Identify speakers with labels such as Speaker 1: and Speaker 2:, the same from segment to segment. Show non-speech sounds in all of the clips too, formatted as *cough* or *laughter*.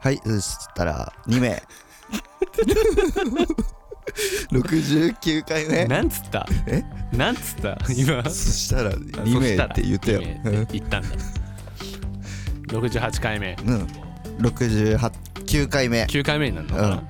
Speaker 1: はいそしたら2名
Speaker 2: *laughs*
Speaker 1: 69回目
Speaker 2: なんつった
Speaker 1: え
Speaker 2: なんつった今
Speaker 1: そしたら2名って言ったよ
Speaker 2: そしら二名って言ったんだ68回目
Speaker 1: うん68 9回目
Speaker 2: 9回目になるのかな、
Speaker 1: うん
Speaker 2: うん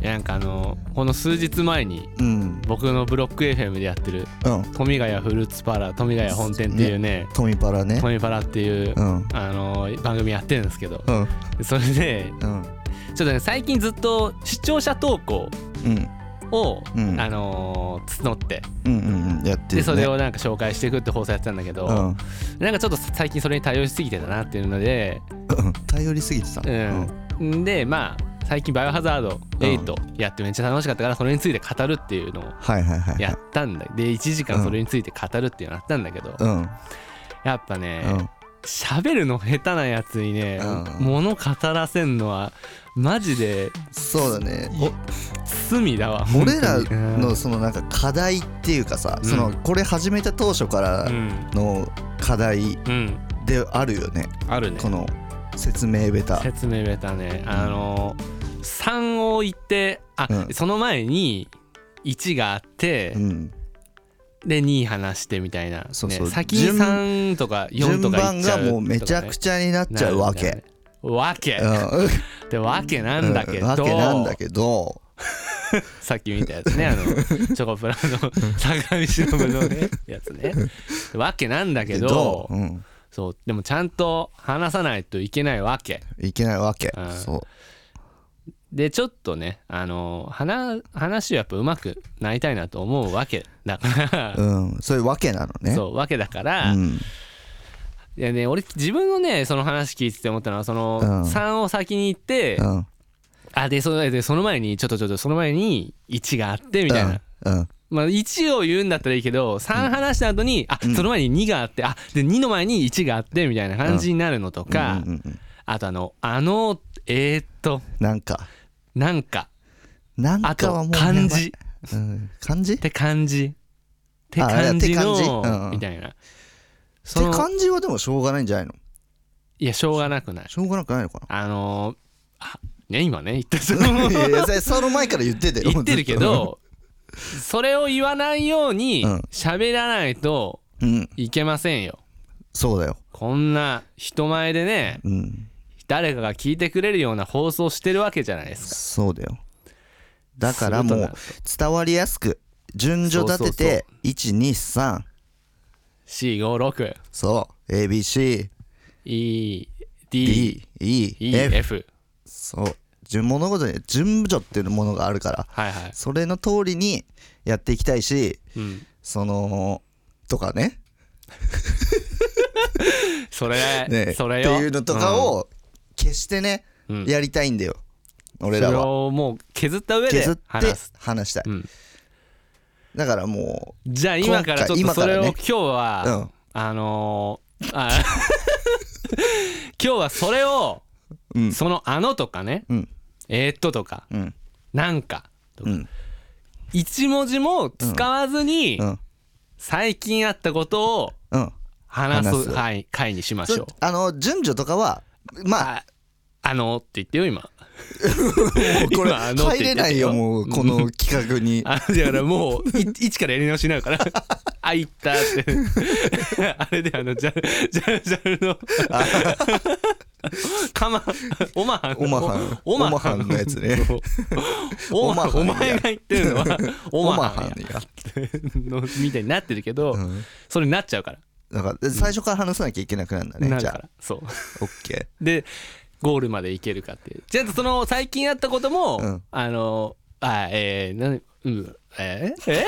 Speaker 2: いやなんかあのこの数日前に
Speaker 1: うん
Speaker 2: 僕のブロック FM でやってる
Speaker 1: うん
Speaker 2: 富ヶ谷フルーツパラ富ヶ谷本店っていうね
Speaker 1: トミパラね
Speaker 2: 富パラっていう、
Speaker 1: うん
Speaker 2: あの番組やってるんですけど
Speaker 1: うん
Speaker 2: それで
Speaker 1: うん
Speaker 2: ちょっとね最近ずっと視聴者投稿
Speaker 1: うん
Speaker 2: を、
Speaker 1: うん
Speaker 2: あのー募って
Speaker 1: うんうんうんやってる
Speaker 2: で
Speaker 1: ね
Speaker 2: それをなんか紹介していくって放送やってたんだけど、
Speaker 1: うん
Speaker 2: なんかちょっと最近それに頼りすぎてたなっていうので、
Speaker 1: うん頼りすぎてた
Speaker 2: うんでまあ最近「バイオハザード8」やってめっちゃ楽しかったからそれについて語るっていうのを
Speaker 1: はいはいはい
Speaker 2: や
Speaker 1: はい
Speaker 2: ったんだで1時間それについて語るっていうのやったんだけど、
Speaker 1: うん
Speaker 2: やっぱね
Speaker 1: うん
Speaker 2: 喋、るの下手なやつにね、
Speaker 1: うん
Speaker 2: 物語らせんのはマジで
Speaker 1: そうだね
Speaker 2: お罪だわ
Speaker 1: 俺ら
Speaker 2: 本当にうん
Speaker 1: のそのなんか課題っていうかさ、
Speaker 2: うん
Speaker 1: そのこれ始めた当初から
Speaker 2: うん、
Speaker 1: の課題
Speaker 2: うん、
Speaker 1: であるよね、
Speaker 2: あるね
Speaker 1: この説明ベタ
Speaker 2: 説明ベタねあの3を言ってあ、
Speaker 1: うん
Speaker 2: その前に1があって
Speaker 1: う、ん
Speaker 2: で2話してみたいな、ね、
Speaker 1: そうそう
Speaker 2: 先に
Speaker 1: 順
Speaker 2: 3とか4と
Speaker 1: 順
Speaker 2: か言
Speaker 1: 番
Speaker 2: っちゃ
Speaker 1: が
Speaker 2: う
Speaker 1: もうめちゃく
Speaker 2: ち
Speaker 1: ちゃになっちゃうわけ、
Speaker 2: わけ
Speaker 1: う
Speaker 2: でわけなんだけど、
Speaker 1: わけなんだけど
Speaker 2: さっき見たやつね
Speaker 1: *laughs*
Speaker 2: あのチョコプラの坂道忍のねやつねわけなんだけど
Speaker 1: うん、
Speaker 2: そうでもちゃんと話さないといけないわけ
Speaker 1: いけないわけ、
Speaker 2: うん
Speaker 1: そう
Speaker 2: でちょっとねあの話話をやっぱうまくなりたいなと思うわけだから、
Speaker 1: うんそういうわけなのね
Speaker 2: そうわけだから、
Speaker 1: うん
Speaker 2: いやね俺自分のねその話聞いてて思ったのはその、
Speaker 1: うん
Speaker 2: 3を先に行って、
Speaker 1: うん
Speaker 2: あでそのでその前にちょっとちょっとその前に1があってみたいな、
Speaker 1: うんうん
Speaker 2: まあ、1を言うんだったらいいけど3話した後に、あその前に2があってあで2の前に1があってみたいな感じになるのとか、
Speaker 1: うんうんうん
Speaker 2: あとあの「あのえー、っと
Speaker 1: なんか
Speaker 2: なんか」
Speaker 1: なん
Speaker 2: あ
Speaker 1: かは
Speaker 2: と
Speaker 1: も
Speaker 2: 「
Speaker 1: うやばい
Speaker 2: 漢字」
Speaker 1: うん、漢字っ
Speaker 2: ってて感じって
Speaker 1: あいや
Speaker 2: 感じ
Speaker 1: って
Speaker 2: の
Speaker 1: 感じうん
Speaker 2: みたいなその
Speaker 1: 漢字はでもしょうがないんじゃないの
Speaker 2: いやしょうがなくない
Speaker 1: しょうがなくないのかな
Speaker 2: あのあね
Speaker 1: *laughs*
Speaker 2: 今ね言ったそ *laughs*
Speaker 1: いやいやそれその前から言ってたよ
Speaker 2: 言ってるけどそれを言わないように
Speaker 1: うん
Speaker 2: 喋らないと
Speaker 1: うん
Speaker 2: いけませんよ
Speaker 1: そうだよ
Speaker 2: こんな人前でね
Speaker 1: うん
Speaker 2: 誰かが聞いてくれるような放送してるわけじゃないですか
Speaker 1: そうだよだから
Speaker 2: そう
Speaker 1: も
Speaker 2: いう
Speaker 1: う
Speaker 2: ことなんだ
Speaker 1: 伝わりやすく順序立てて123
Speaker 2: 456
Speaker 1: そう ABCDE
Speaker 2: E D E F
Speaker 1: そう順物事に順序っていうものがあるから
Speaker 2: はいはい
Speaker 1: それの通りにやっていきたいし
Speaker 2: うん
Speaker 1: そのとかね
Speaker 2: それ
Speaker 1: ね
Speaker 2: それ
Speaker 1: っ
Speaker 2: よ
Speaker 1: ていうのとかを決してね
Speaker 2: うん
Speaker 1: やりたいんだよ俺
Speaker 2: それ
Speaker 1: らは
Speaker 2: をもう削った上で
Speaker 1: 削って
Speaker 2: 話す
Speaker 1: 話したい
Speaker 2: うん
Speaker 1: だからも
Speaker 2: じゃあ今からちょっと
Speaker 1: 今回
Speaker 2: それを
Speaker 1: 今
Speaker 2: 今
Speaker 1: か
Speaker 2: 日は、
Speaker 1: ううん
Speaker 2: あのー、あ *laughs* 今日はそれを、
Speaker 1: うん
Speaker 2: その「あの」とかね
Speaker 1: うん
Speaker 2: 「えー、っと」とか
Speaker 1: うん
Speaker 2: 「なんか」とか、
Speaker 1: うん
Speaker 2: 一文字も使わずに、
Speaker 1: うん
Speaker 2: 最近あったことを
Speaker 1: うん
Speaker 2: 話
Speaker 1: 話
Speaker 2: す
Speaker 1: す
Speaker 2: はい回にしまし
Speaker 1: そ
Speaker 2: ょう
Speaker 1: う。あの順序とかはまあ
Speaker 2: ああのーって言ってよ今。
Speaker 1: もうこれ
Speaker 2: 今あのって
Speaker 1: 入
Speaker 2: 言って
Speaker 1: れ
Speaker 2: た
Speaker 1: ない
Speaker 2: *laughs*
Speaker 1: よもうこの企画に
Speaker 2: あだから
Speaker 1: *laughs*
Speaker 2: もうい一からやり直しになるから「あいった」って *laughs* あれであのジャルジャルジャル
Speaker 1: *laughs*
Speaker 2: のカマオマハン
Speaker 1: オマハン
Speaker 2: オマ
Speaker 1: オマ
Speaker 2: ハ
Speaker 1: ハ
Speaker 2: ン
Speaker 1: ンのやつね
Speaker 2: そうオマ
Speaker 1: オ
Speaker 2: ハン *laughs* お
Speaker 1: マハンや
Speaker 2: 前が言ってるの
Speaker 1: *laughs*
Speaker 2: はオマハン
Speaker 1: にや
Speaker 2: のみたいになってるけど、
Speaker 1: ん
Speaker 2: それになっちゃうから、
Speaker 1: だから最初から話さなきゃいけなくなるんだね
Speaker 2: なる
Speaker 1: じ
Speaker 2: か
Speaker 1: ゃあ
Speaker 2: らそう
Speaker 1: オッケ
Speaker 2: でゴールまでいけるかっていうちゃんとその最近やったことも、
Speaker 1: うん
Speaker 2: あのあえー、なうんえー、え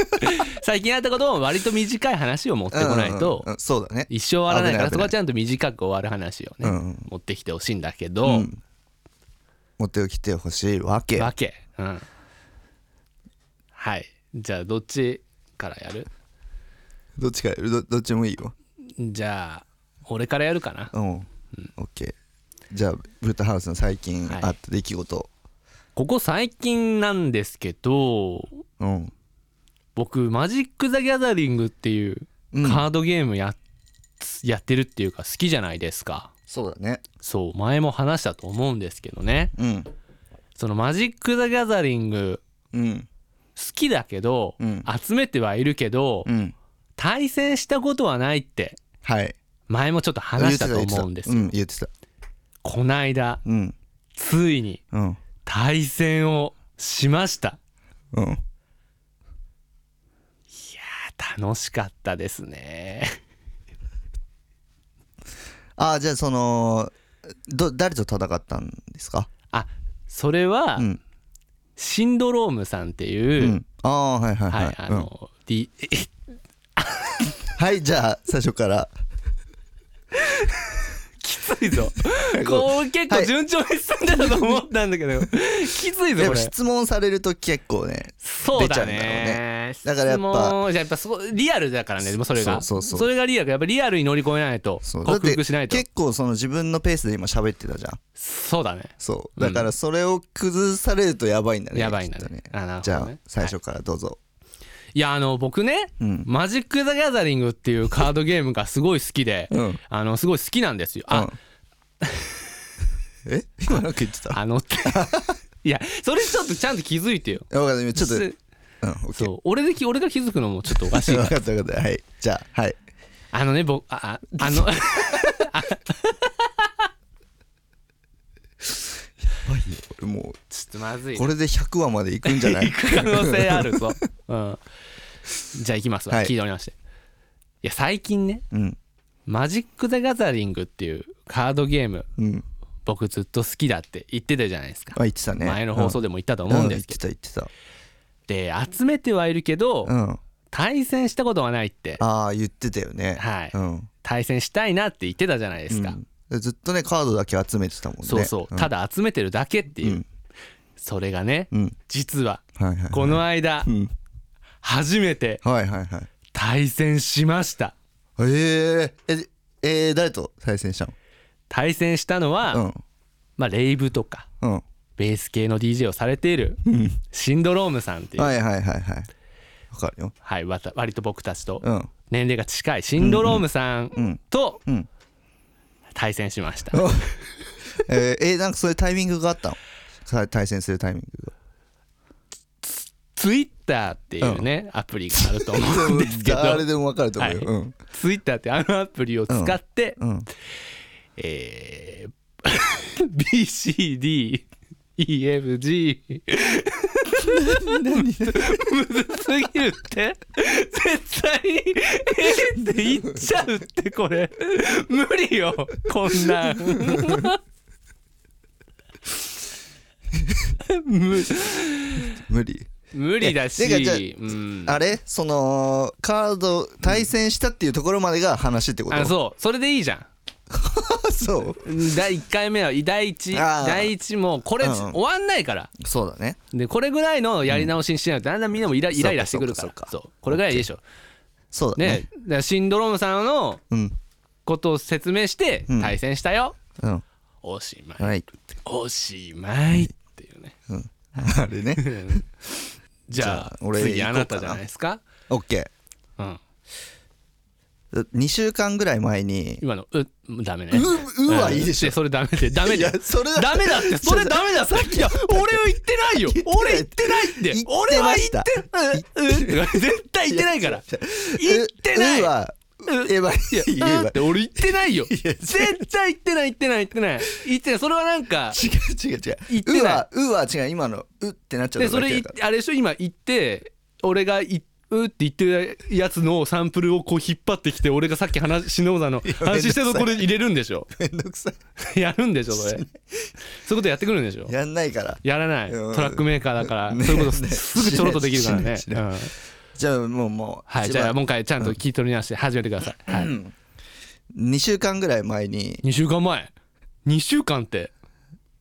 Speaker 2: *laughs* 最近やったことも割と短い話を持って
Speaker 1: ー
Speaker 2: こないと
Speaker 1: うんうんうんそうだね
Speaker 2: 一生終わらないから
Speaker 1: 危ない危
Speaker 2: そこ
Speaker 1: ない
Speaker 2: はちゃんと短く終わる話を
Speaker 1: う
Speaker 2: ね、
Speaker 1: んうん
Speaker 2: 持ってきてほしいんだけど、
Speaker 1: うん持ってきてほしいわけ
Speaker 2: わけ、うん、はいじゃあどっちからやる
Speaker 1: どっちからやるどどっちもいいよ
Speaker 2: じゃあ俺からやるかな
Speaker 1: うんオッケーじゃあブルタハウスの最近
Speaker 2: はい
Speaker 1: あった出来事
Speaker 2: ここ最近なんですけど
Speaker 1: うん
Speaker 2: 僕マジック・ザ・ギャザリングっていう
Speaker 1: うん
Speaker 2: カードゲームや,、やってるっていうか好きじゃないですか
Speaker 1: そうだね
Speaker 2: そう前も話したと思うんですけどね
Speaker 1: うん
Speaker 2: そのマジック・ザ・ギャザリング
Speaker 1: うん
Speaker 2: 好きだけど、
Speaker 1: うん
Speaker 2: 集めてはいるけど、
Speaker 1: うん
Speaker 2: 対戦したことはないって
Speaker 1: はい
Speaker 2: 前もちょっと話したと思うんですよ、
Speaker 1: 言ってた言ってた
Speaker 2: こないだ
Speaker 1: うん
Speaker 2: ついに
Speaker 1: 言ってたうん
Speaker 2: 対戦をしました
Speaker 1: うんうん
Speaker 2: 楽しかったですね
Speaker 1: ああじゃあそのど誰と戦ったんですか
Speaker 2: あそれは、
Speaker 1: うん
Speaker 2: シンドロームさんっていうう、
Speaker 1: んああはいはい
Speaker 2: はい、
Speaker 1: はい
Speaker 2: あ
Speaker 1: うん
Speaker 2: の、D
Speaker 1: はいじゃあ最初から
Speaker 2: *laughs* きつ
Speaker 1: *laughs*
Speaker 2: いぞこう結構順調に進んでたと思ったんだ
Speaker 1: *laughs*
Speaker 2: けど、きついぞ
Speaker 1: で
Speaker 2: こ
Speaker 1: も
Speaker 2: れ
Speaker 1: 質問されると結構ね
Speaker 2: そう
Speaker 1: 出ちゃ
Speaker 2: だ
Speaker 1: うんだろう
Speaker 2: ね
Speaker 1: ねだからやっぱ
Speaker 2: 質問じゃあやっぱそうリアルだからねでもそれが
Speaker 1: そうそうそう
Speaker 2: れがリアルやっぱリアルに乗り越えないと
Speaker 1: そうだっ
Speaker 2: 克
Speaker 1: て
Speaker 2: 服しないと
Speaker 1: 結構その自分のペースで今喋ってたじゃん
Speaker 2: そうだね
Speaker 1: そうだからそれを崩されるとやばいんだね
Speaker 2: やばいんだ
Speaker 1: きっと
Speaker 2: ねあなるほどね
Speaker 1: じゃ
Speaker 2: は
Speaker 1: あ
Speaker 2: い
Speaker 1: 最初からどうぞ
Speaker 2: いやあの僕ね、
Speaker 1: うん
Speaker 2: マジック・ザ・ギャザリングっていうカードゲームがすごい好きで、
Speaker 1: うん
Speaker 2: あのすごい好きなんですよ。
Speaker 1: う
Speaker 2: あ、
Speaker 1: んえ *laughs* 今なんか言ってた
Speaker 2: あ
Speaker 1: *laughs*
Speaker 2: のっていやそれちょっとちゃんと気づいてよ。
Speaker 1: 分かった今ちょっとうん
Speaker 2: す
Speaker 1: オッケー
Speaker 2: そう俺でき俺が気づくのもちょっとおかしいか
Speaker 1: 分
Speaker 2: ら
Speaker 1: かった分かったはいじゃあはい
Speaker 2: あのね僕あ
Speaker 1: *laughs*
Speaker 2: ああの *laughs*
Speaker 1: 俺も
Speaker 2: ちょっとまず
Speaker 1: う
Speaker 2: い
Speaker 1: こ
Speaker 2: な
Speaker 1: れで100話までいくんじゃない
Speaker 2: 可能性
Speaker 1: *laughs*
Speaker 2: あるぞ、うん、じゃあいきますわ、
Speaker 1: はい
Speaker 2: 聞いておりましていや最近ね
Speaker 1: うん
Speaker 2: マジック・ザ・ギャザリングっていうカードゲーム
Speaker 1: うん
Speaker 2: 僕ずっと好きだって言ってたじゃないですか、
Speaker 1: あ言ってたね
Speaker 2: 前の放送でも言ったと思うんですけど、
Speaker 1: ど言ってた
Speaker 2: で集めてはいるけ
Speaker 1: 言っ
Speaker 2: ど、
Speaker 1: てたうん
Speaker 2: 対戦したことはないって
Speaker 1: ああ言ってたよね
Speaker 2: はい
Speaker 1: うん
Speaker 2: 対戦したいなって言ってたじゃないですか、
Speaker 1: うんずっとねカードだけ集めてたもんね
Speaker 2: そうそう、ただ集めてるだけってい
Speaker 1: う
Speaker 2: う、
Speaker 1: ん
Speaker 2: それがね、
Speaker 1: うん
Speaker 2: 実は
Speaker 1: はいはい
Speaker 2: この間
Speaker 1: うん
Speaker 2: 初めて
Speaker 1: はいはいはい
Speaker 2: 対戦しました
Speaker 1: ええええー誰と対戦した
Speaker 2: 対戦したのは、
Speaker 1: の
Speaker 2: まあ、レイブとか
Speaker 1: うんうん
Speaker 2: ベース系の DJ をされているシンドロームさんっていう、
Speaker 1: は
Speaker 2: はい
Speaker 1: いはいはいはいわかるよ
Speaker 2: わた割と僕たちと
Speaker 1: うん
Speaker 2: 年齢が近いシンドロームさんと
Speaker 1: うん
Speaker 2: 対戦しました、
Speaker 1: おえー、えーなんかそういうタイミングがあったのさ対戦するタイミング
Speaker 2: ツイッターっていうね、アプリがあると
Speaker 1: が
Speaker 2: 思うんですけど
Speaker 1: 誰でもわかると思うよ、うん
Speaker 2: ツイッターってあのアプリを使って、
Speaker 1: うん
Speaker 2: えー、BCDEFG むずすぎるって絶対に A って言っちゃうってこれ無理よこんなん無
Speaker 1: 無理
Speaker 2: 無理だ
Speaker 1: えてかじゃあ
Speaker 2: し、うん、
Speaker 1: あれそのカード対戦したっていうところまでが話ってこと、
Speaker 2: あそうそれでいいじゃん
Speaker 1: あ *laughs* そう
Speaker 2: 第1回目は第1
Speaker 1: あー
Speaker 2: 第1もうこれ
Speaker 1: うん
Speaker 2: 終わんないから
Speaker 1: そうだね
Speaker 2: でこれぐらいのやり直しにしないとだんだんみんなもイライライラしてくるか
Speaker 1: そう
Speaker 2: ら
Speaker 1: か
Speaker 2: そうこれぐらいでしょ
Speaker 1: そうだね
Speaker 2: ねだからシンドロームさんの
Speaker 1: うん
Speaker 2: ことを説明して
Speaker 1: うん
Speaker 2: 対戦したよ
Speaker 1: うん
Speaker 2: おしまい
Speaker 1: はい
Speaker 2: おしまいっていうね
Speaker 1: あれね
Speaker 2: *laughs*
Speaker 1: じ
Speaker 2: じゃあ
Speaker 1: ゃあ俺
Speaker 2: 次あな
Speaker 1: 行こうか
Speaker 2: た
Speaker 1: な
Speaker 2: じゃないですか
Speaker 1: OK
Speaker 2: うん
Speaker 1: 2週間ぐらい前に
Speaker 2: 今のうダメね
Speaker 1: ううはいいでしょ
Speaker 2: それダメでダメ
Speaker 1: い
Speaker 2: で
Speaker 1: やそれだ
Speaker 2: ダメだってそれダメださっきは俺は言ってないよ俺言ってないって
Speaker 1: 言って
Speaker 2: 俺は
Speaker 1: ま
Speaker 2: 言っ
Speaker 1: した
Speaker 2: てうんうん絶対言ってないから言ってないう
Speaker 1: うは
Speaker 2: うん
Speaker 1: 言えばいい
Speaker 2: い
Speaker 1: 言
Speaker 2: や
Speaker 1: えば
Speaker 2: だっ
Speaker 1: い
Speaker 2: て俺言ってないよ絶対言ってない言ってない言ってない言ってないそれはなんか
Speaker 1: い違う違う違う
Speaker 2: 言ってないう
Speaker 1: はうは違う今のうってなっちゃう
Speaker 2: でそれ
Speaker 1: だ
Speaker 2: い
Speaker 1: けだから
Speaker 2: あれでしょ今言って俺がいうって言ってるやつのサンプルをこう引っ張ってきて俺がさっき話篠
Speaker 1: *laughs*
Speaker 2: 田の話してるとこれ入れるんでしょ
Speaker 1: めんどくさ
Speaker 2: やるんでしょそれそういうことやってくるんでしょ
Speaker 1: いやんないから
Speaker 2: やらない
Speaker 1: うん
Speaker 2: トラックメーカーだから
Speaker 1: ね
Speaker 2: そういうこと
Speaker 1: ね
Speaker 2: すぐちょろっとできるからね
Speaker 1: しないし
Speaker 2: うん
Speaker 1: じゃあもうもう
Speaker 2: はい
Speaker 1: 一
Speaker 2: じゃあ
Speaker 1: 番
Speaker 2: もう一回ちゃんと聞い取り直して始めてくださいはい
Speaker 1: 2週間ぐらい前に
Speaker 2: 2週間前2週間って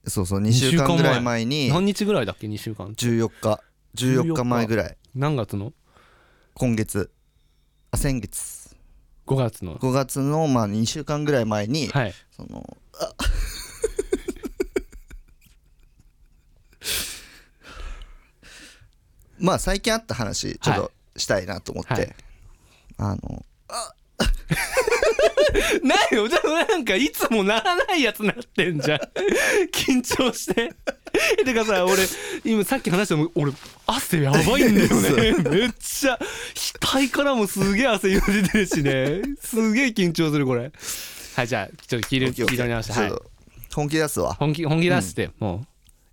Speaker 1: そうそう2週間ぐらい前に
Speaker 2: 何日ぐらいだっけ2週間って
Speaker 1: 14日14日前ぐらい
Speaker 2: 何月の
Speaker 1: 今月あ先月
Speaker 2: 5月の
Speaker 1: 5月のまあ2週間ぐらい前に
Speaker 2: はい
Speaker 1: そのあ *laughs* まあ最近あった話ちょっとしたいなと思って、
Speaker 2: はい
Speaker 1: あの
Speaker 2: ないよじゃあなんかいつもならないやつなってんじゃ
Speaker 1: *laughs*
Speaker 2: ん緊張しててかさ俺今さっき話したのも俺汗やばい
Speaker 1: *laughs*
Speaker 2: んだよねめっちゃ額からもすげえ汗よ出てるしねすげえ緊張するこれはいじゃあちょっと聞いて聞いてみましたはい
Speaker 1: ちょっと本気出すわ
Speaker 2: 本気本気出して、もう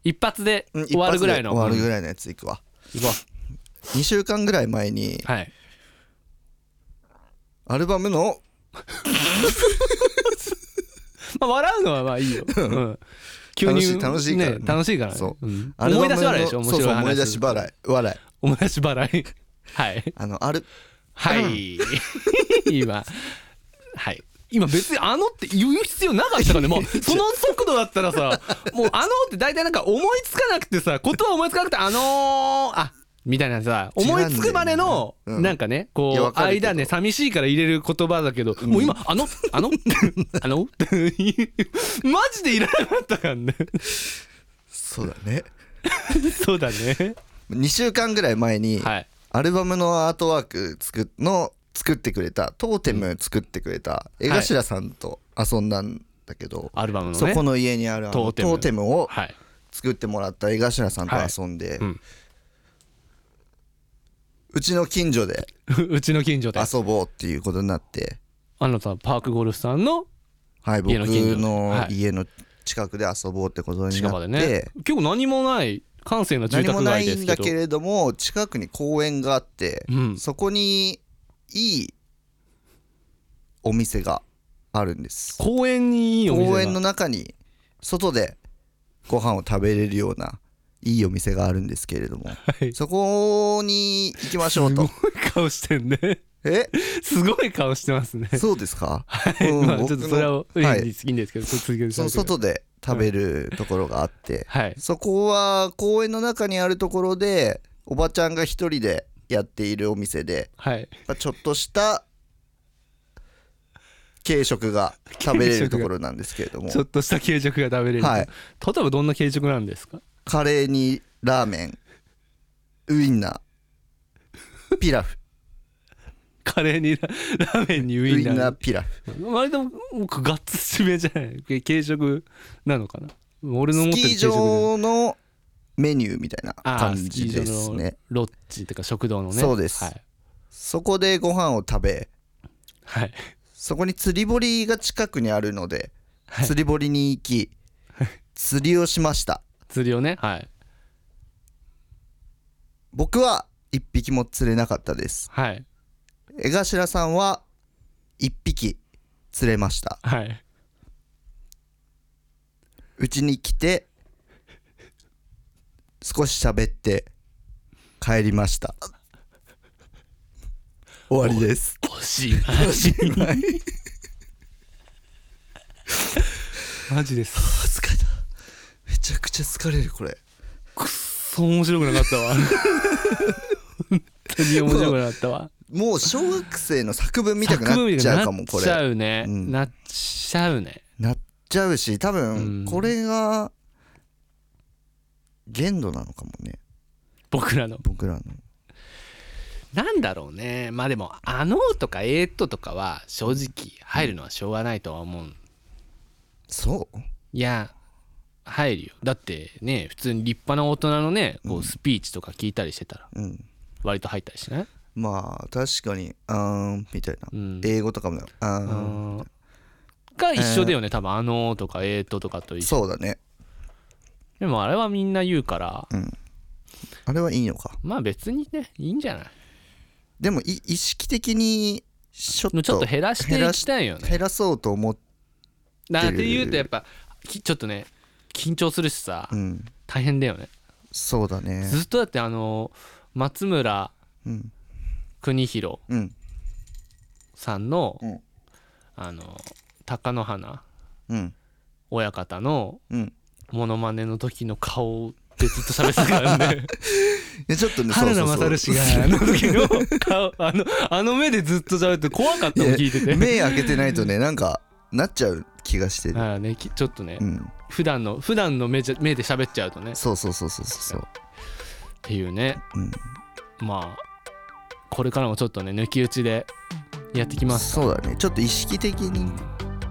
Speaker 2: 一発で
Speaker 1: うん
Speaker 2: 終わるぐらいの
Speaker 1: 一発で終わるぐらいのやついくわ
Speaker 2: うん行こ
Speaker 1: 2週間ぐらい前に
Speaker 2: うはい
Speaker 1: アルバムの
Speaker 2: まあ笑うのはまあいいよ、うん、
Speaker 1: *laughs* 楽しい楽しいから
Speaker 2: ね楽しいからね、
Speaker 1: そうんアル
Speaker 2: 思
Speaker 1: バム
Speaker 2: い
Speaker 1: の
Speaker 2: 出し笑いでしょ面
Speaker 1: そう
Speaker 2: 白
Speaker 1: そ
Speaker 2: いう話
Speaker 1: 思い出し笑い笑い
Speaker 2: 思い出し払いはい
Speaker 1: あのある
Speaker 2: はい、 *laughs* 今はい今別に「あの」って言う必要なかったからね *laughs* もうその速度だったらさもう「あの」って大体なんか思いつかなくてさ言葉思いつかなくて「あのー、あみたいなさ
Speaker 1: 違うんだ
Speaker 2: 思
Speaker 1: よ
Speaker 2: いつくまでの
Speaker 1: うん
Speaker 2: なんかね
Speaker 1: いや
Speaker 2: こ
Speaker 1: わ
Speaker 2: う
Speaker 1: かるけど
Speaker 2: 間ね寂しいから入れる言葉だけどもう今「あのあ
Speaker 1: *laughs*
Speaker 2: のあの」 *laughs* ってマジでいらなかったからね
Speaker 1: そうだね
Speaker 2: そうだね
Speaker 1: 2週間ぐらい前に
Speaker 2: はい
Speaker 1: アルバムのアートワーク作の作ってくれたトーテム作ってくれた江頭さんと遊んだんだけど、
Speaker 2: アルバムのね
Speaker 1: そこの家にあるあの
Speaker 2: ト
Speaker 1: ト
Speaker 2: ーテム
Speaker 1: ーテムを
Speaker 2: はい
Speaker 1: 作ってもらった江頭さんと遊んで、う
Speaker 2: うん
Speaker 1: ちの近所で
Speaker 2: *laughs* うちの近所で
Speaker 1: 遊ぼうっていうことになって、
Speaker 2: あなたパークゴルフさんの
Speaker 1: はい、僕
Speaker 2: 家の近所で
Speaker 1: の
Speaker 2: はい
Speaker 1: 家の近くで遊ぼうってことに
Speaker 2: 近
Speaker 1: な
Speaker 2: 場
Speaker 1: って、
Speaker 2: でね結構何もない閑静な住
Speaker 1: 何も
Speaker 2: 宅
Speaker 1: な
Speaker 2: 街
Speaker 1: い
Speaker 2: です
Speaker 1: ん
Speaker 2: け
Speaker 1: だ
Speaker 2: ど
Speaker 1: けれども近くに公園があって、
Speaker 2: うん
Speaker 1: そこにいいお店があるんです
Speaker 2: 公園にいいお店が
Speaker 1: 公園の中に外でご飯を食べれるようないいお店があるんですけれども、
Speaker 2: い
Speaker 1: そこに行きましょうと
Speaker 2: すごい顔してんね *laughs*
Speaker 1: え
Speaker 2: すごい顔してますね
Speaker 1: そうですか、うん
Speaker 2: まあちょっとそれは
Speaker 1: 僕のはい
Speaker 2: いいんですけどちょっと続けて
Speaker 1: その外で食べるところがあって、
Speaker 2: はい
Speaker 1: そこは公園の中にあるところでおばちゃんが一人でやっているお店で
Speaker 2: はい
Speaker 1: まあちょっとした軽食が食べれるところなんですけれども
Speaker 2: ちょっとした軽食が食べれる、
Speaker 1: はい
Speaker 2: 例えばどんな軽食なんですか
Speaker 1: カレーにラーメンウインナーピラフ
Speaker 2: カレーにララーメンにウ
Speaker 1: ウイ
Speaker 2: インナー
Speaker 1: ンナーピラフ
Speaker 2: 割と僕ガッツ締めじゃない軽食なのかな俺
Speaker 1: ス
Speaker 2: の思ってる
Speaker 1: キ
Speaker 2: 軽
Speaker 1: ー
Speaker 2: 食じゃない
Speaker 1: 場のメニューみたいな
Speaker 2: あ
Speaker 1: 感
Speaker 2: ースキ
Speaker 1: じで
Speaker 2: ー場
Speaker 1: す
Speaker 2: の
Speaker 1: ね
Speaker 2: ロッジとか食堂のね
Speaker 1: そうです
Speaker 2: はい、
Speaker 1: そこでご飯を食べ
Speaker 2: はい、
Speaker 1: そこに釣り堀が近くにあるので
Speaker 2: はい
Speaker 1: 釣り堀に行き釣りをしました
Speaker 2: 釣りをねはい
Speaker 1: 僕は一匹も釣れなかったです
Speaker 2: はい
Speaker 1: 江頭さんは一匹釣れました
Speaker 2: はい。
Speaker 1: うちに来て少し喋って帰りました終わりです
Speaker 2: おしまい。マジです。
Speaker 1: 疲れためちゃくちゃ疲れるこれ
Speaker 2: くっそ面白くなかったわ。本当に面白くなかったわ。
Speaker 1: もう小学生の作文見たくなっちゃうかもこ
Speaker 2: なっちゃ
Speaker 1: れ
Speaker 2: うね。
Speaker 1: うん
Speaker 2: なっちゃうね。
Speaker 1: なっちゃうし多
Speaker 2: う
Speaker 1: 分
Speaker 2: ん
Speaker 1: これが限度なのかもね
Speaker 2: 僕らの。
Speaker 1: 僕らの
Speaker 2: なんだろうね。まあでも、あのーとかえーっととかは正直入るのはしょうがないとは思う。
Speaker 1: そう
Speaker 2: いや、入るよ。だってね、普通に立派な大人のね、こうスピーチとか聞いたりしてたら、
Speaker 1: うん
Speaker 2: 割と入ったりしない
Speaker 1: まあ確かにあーんみたいな、
Speaker 2: うん
Speaker 1: 英語とかもあーん
Speaker 2: が一緒だよね、多分あのーとかえーととかと一緒
Speaker 1: そうだね
Speaker 2: でもあれはみんな言うから
Speaker 1: あれはいいのか
Speaker 2: まあ別にねいいんじゃない
Speaker 1: でもい意識的にちょっと
Speaker 2: もうちょっと減らしていきたいよね
Speaker 1: 減らそうと思って、
Speaker 2: だっていうとやっぱきちょっとね緊張するしさ、
Speaker 1: うん、
Speaker 2: 大変だよね
Speaker 1: そうだね
Speaker 2: ずっとだってあのー松村
Speaker 1: うん
Speaker 2: 邦弘
Speaker 1: うん
Speaker 2: さんの、
Speaker 1: うん
Speaker 2: あのー貴乃花
Speaker 1: うん
Speaker 2: 親方の
Speaker 1: うん
Speaker 2: モノマネの時の顔でずっと喋ってたからね
Speaker 1: いやちょっとね
Speaker 2: 春名
Speaker 1: そうそう
Speaker 2: 勝氏があの時の顔あのあの目でずっと喋って怖かった
Speaker 1: そういや
Speaker 2: の聞いて
Speaker 1: *laughs*
Speaker 2: て
Speaker 1: 目開けてないとねなんかなっちゃう気がしてる、
Speaker 2: ああねきちょっとね、
Speaker 1: うん
Speaker 2: 普段の普段の目じゃ目で喋っちゃうとねっ
Speaker 1: そうそうそうそうそう
Speaker 2: ていうね
Speaker 1: うん
Speaker 2: まあこれからもちょっとね抜き打ちでやってきます
Speaker 1: そうだねちょっと意識的に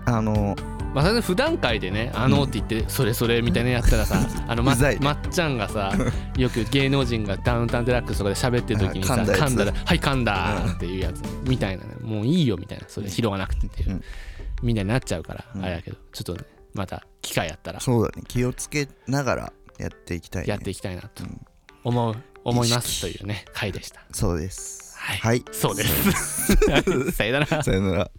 Speaker 1: あの
Speaker 2: まあ、それで普段階でね「あの」って言って「それそれ」みたいなのやったらさあのま
Speaker 1: うざいね
Speaker 2: まっちゃんがさよく芸能人が「ダウンタウン・デラックス」とかで喋ってる時にさ
Speaker 1: あ噛んだやつ
Speaker 2: 噛んだら「はい噛んだ
Speaker 1: うん」
Speaker 2: っていうやつみたいなねもういいよみたいなそれ拾わなくてっていう、
Speaker 1: うん
Speaker 2: みんなになっちゃうから、
Speaker 1: うん
Speaker 2: あれだけどちょっとねまた機会あったら
Speaker 1: そうだね気をつけながらやっていきたい、ね、
Speaker 2: やっていきたいなと思う思いますというね回でした。
Speaker 1: そうです
Speaker 2: はい
Speaker 1: はい、
Speaker 2: *laughs* そうです。さよなら。
Speaker 1: さよなら